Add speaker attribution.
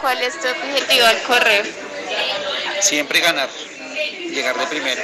Speaker 1: ¿Cuál es tu objetivo al correr?
Speaker 2: Siempre ganar, llegar de primero.